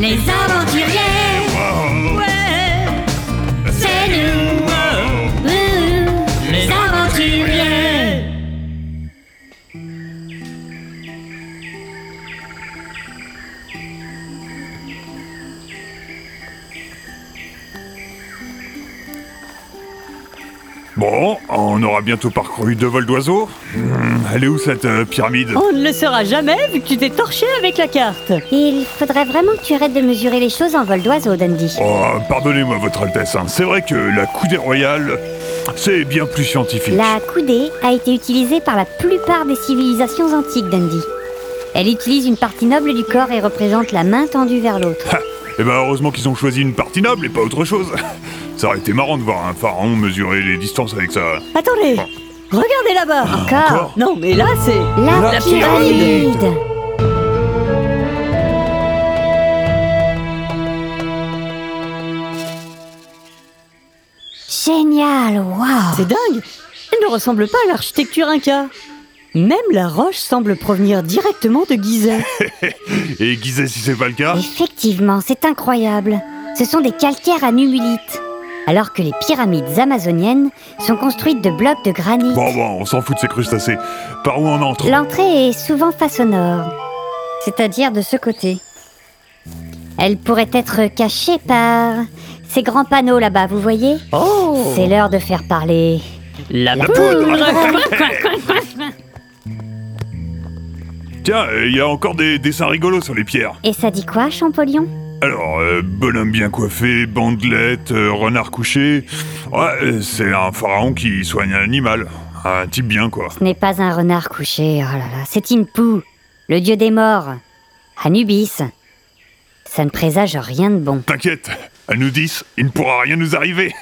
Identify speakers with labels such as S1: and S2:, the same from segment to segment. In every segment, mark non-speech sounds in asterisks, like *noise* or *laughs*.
S1: Les aventuriers, ouais, c'est nous, Ouh, les aventuriers.
S2: Bon, on aura bientôt parcouru deux vols d'oiseaux. Hmm, elle est où cette euh, pyramide
S3: On ne le saura jamais vu que tu t'es torché avec la carte.
S4: Il faudrait vraiment que tu arrêtes de mesurer les choses en vol d'oiseau, Dundee.
S2: Oh, pardonnez-moi, Votre Altesse. hein. C'est vrai que la coudée royale, c'est bien plus scientifique.
S4: La coudée a été utilisée par la plupart des civilisations antiques, Dundee. Elle utilise une partie noble du corps et représente la main tendue vers l'autre.
S2: Eh ben, heureusement qu'ils ont choisi une partie noble et pas autre chose. *laughs* Ça aurait été marrant de voir un pharaon mesurer les distances avec ça.
S3: Attendez, regardez là-bas.
S4: Corps,
S3: Non, mais là c'est
S4: la, pyramide. Génial, waouh
S3: C'est dingue Elle ne ressemble pas à l'architecture inca. Même la roche semble provenir directement de Gizeh.
S2: Et Gizeh, si c'est pas le cas.
S4: Effectivement, c'est incroyable. Ce sont des calcaires à numulite, alors que les pyramides amazoniennes sont construites de blocs de granit.
S2: Bon, bon, on s'en fout de ces crustacés. Par où on entre
S4: L'entrée est souvent face au nord, c'est-à-dire de ce côté. Elle pourrait être cachée par ces grands panneaux là-bas, vous voyez
S3: Oh
S4: C'est l'heure de faire parler.
S3: la,
S2: *laughs* Tiens, euh, il y a encore des dessins rigolos sur les pierres.
S4: Et ça dit quoi, Champollion
S2: Alors, euh, bonhomme bien coiffé, bandelette, euh, renard couché. Ouais, euh, c'est un pharaon qui soigne un animal. Un type bien, quoi.
S4: Ce n'est pas un renard couché, oh là là, c'est Inpu, le dieu des morts. Anubis. Ça ne présage rien de bon.
S2: T'inquiète, à nous 10, il ne pourra rien nous arriver.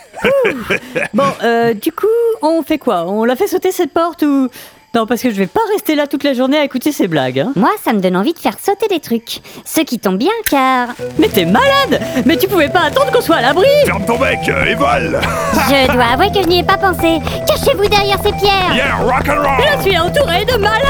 S3: Bon, euh, du coup, on fait quoi On la fait sauter cette porte ou... Non, parce que je vais pas rester là toute la journée à écouter ces blagues. hein.
S4: Moi, ça me donne envie de faire sauter des trucs. Ceux qui tombent bien, car
S3: Mais t'es malade Mais tu pouvais pas attendre qu'on soit à l'abri
S2: Ferme ton bec euh, et vole
S4: je dois avouer que je n'y ai pas pensé. Cachez-vous derrière ces pierres
S2: Yeah, rock and roll
S3: Je suis entouré de malades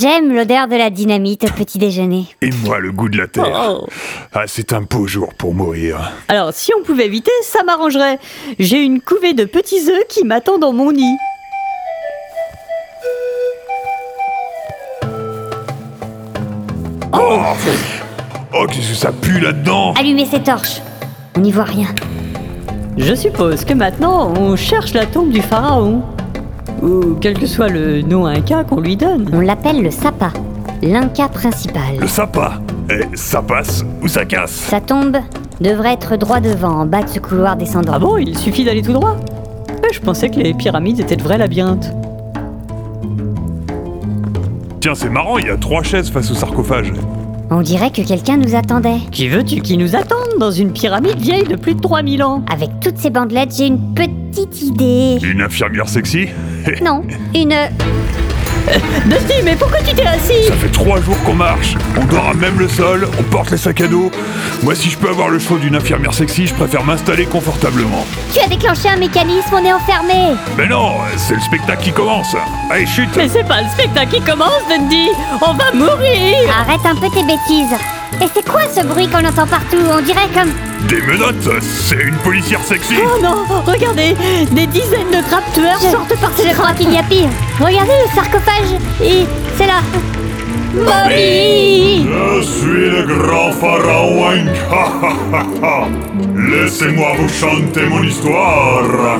S4: J'aime l'odeur de la dynamite au petit déjeuner.
S2: Et moi, le goût de la terre.
S3: Oh.
S2: Ah, c'est un beau jour pour mourir.
S3: Alors, si on pouvait éviter, ça m'arrangerait. J'ai une couvée de petits œufs qui m'attend dans mon nid.
S2: Oh, oh qu'est-ce que ça pue là-dedans
S4: Allumez ces torches. On n'y voit rien.
S3: Je suppose que maintenant, on cherche la tombe du pharaon. Ou quel que soit le nom inca qu'on lui donne.
S4: On l'appelle le Sapa, l'Inca
S2: Le
S4: principal.
S2: sapin. Eh, ça passe ou ça casse
S4: Sa tombe devrait être droit devant, en bas de ce couloir descendant.
S3: Ah bon, il suffit d'aller tout droit Ouais, Je pensais que les pyramides étaient de vrais labyrinthes.
S2: Tiens, c'est marrant, il y a trois chaises face au sarcophage.
S4: On dirait que quelqu'un nous attendait.
S3: Qui veux-tu qui nous attende dans une pyramide vieille de plus de 3000 ans
S4: Avec toutes ces bandelettes, j'ai une
S2: *laughs*
S4: petite idée.
S2: Une infirmière sexy
S4: Non, une...
S3: Dusty, mais pourquoi tu t'es assis
S2: Ça fait trois jours qu'on marche, on dort à même le sol, on porte les sacs à dos. Moi, si je peux avoir le choix d'une infirmière sexy, je préfère m'installer confortablement.
S4: Tu as déclenché un mécanisme, on est enfermé.
S2: Mais non, c'est le spectacle qui commence. Allez, chute
S3: Mais c'est pas le spectacle qui commence, Dundee On va mourir
S4: Arrête un peu tes bêtises. Et c'est quoi ce bruit qu'on entend partout On dirait comme...
S2: Des menottes, c'est une policière sexy
S3: Oh non Regardez Des dizaines de trappes tueurs
S4: Je-
S3: sortent par ces
S4: Je crois qu'il y a pire. Regardez le sarcophage. Et c'est là. Mommy
S2: Je suis le grand pharaon Inca. Laissez-moi vous chanter mon histoire.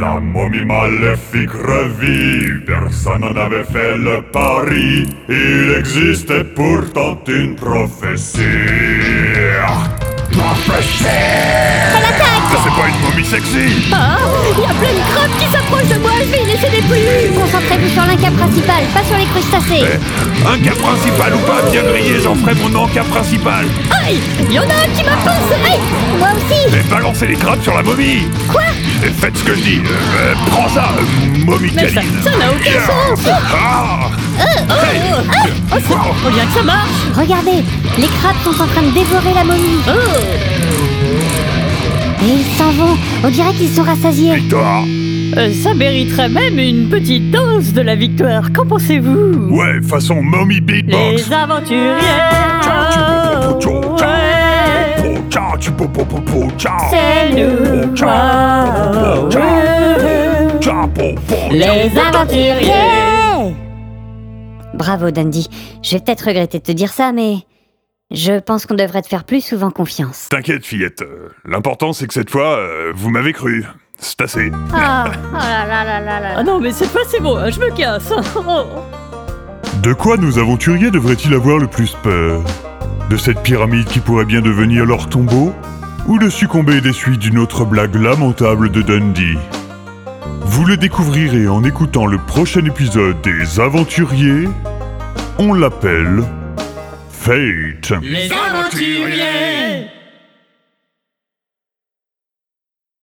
S2: La momie maléfique revit, personne n'en avait fait le pari. Il existait pourtant une prophétie. Prophétie Ça, c'est pas une momie sexy
S3: Ah Il y a plein de crabes qui s'approchent de moi, je vais y laisser des plumes
S4: Concentrez-vous sur l'inca principal, pas sur les crustacés.
S2: Un cas principal ou pas, bien grillé, j'en ferai mon encas principal.
S3: Aïe Il y en a un qui m'appelle
S4: Aïe, moi aussi.
S2: Mais balancez les crabes sur la momie
S4: Quoi
S2: Et Faites ce que je dis Euh, euh, Prends ça, euh, momie
S3: Mais ça-
S2: câline.
S3: ça n'a aucun
S2: Yeah.
S3: sens. Euh,
S2: Ah Hey
S3: Oh, c'est- on dirait que ça marche
S4: Regardez, les crabes sont en train de dévorer la momie.
S3: Oh
S4: Et ils s'en vont. On dirait qu'ils sont rassasiés.
S2: Victoire
S3: Euh, ça mériterait même une petite danse de la victoire. Qu'en pensez-vous
S2: Ouais, façon mommy beatbox
S3: Les aventuriers. ouais, C'est nous. wow, ouais. Les aventuriers.
S4: Bravo, Dandy. Je vais peut-être regretter de te dire ça, mais je pense qu'on devrait te faire plus souvent confiance.
S2: T'inquiète, fillette. euh, L'important, c'est que cette fois, euh, vous m'avez cru. C'est assez.
S4: Ah, oh là là là là là.
S3: Ah non, mais cette fois c'est bon, hein, je me casse. *laughs* Oh.
S2: De quoi nos aventuriers devraient-ils avoir le plus peur De cette pyramide qui pourrait bien devenir leur tombeau Ou de succomber des suites d'une autre blague lamentable de Dundee Vous le découvrirez en écoutant le prochain épisode des Aventuriers. On l'appelle Fate.
S1: Les aventuriers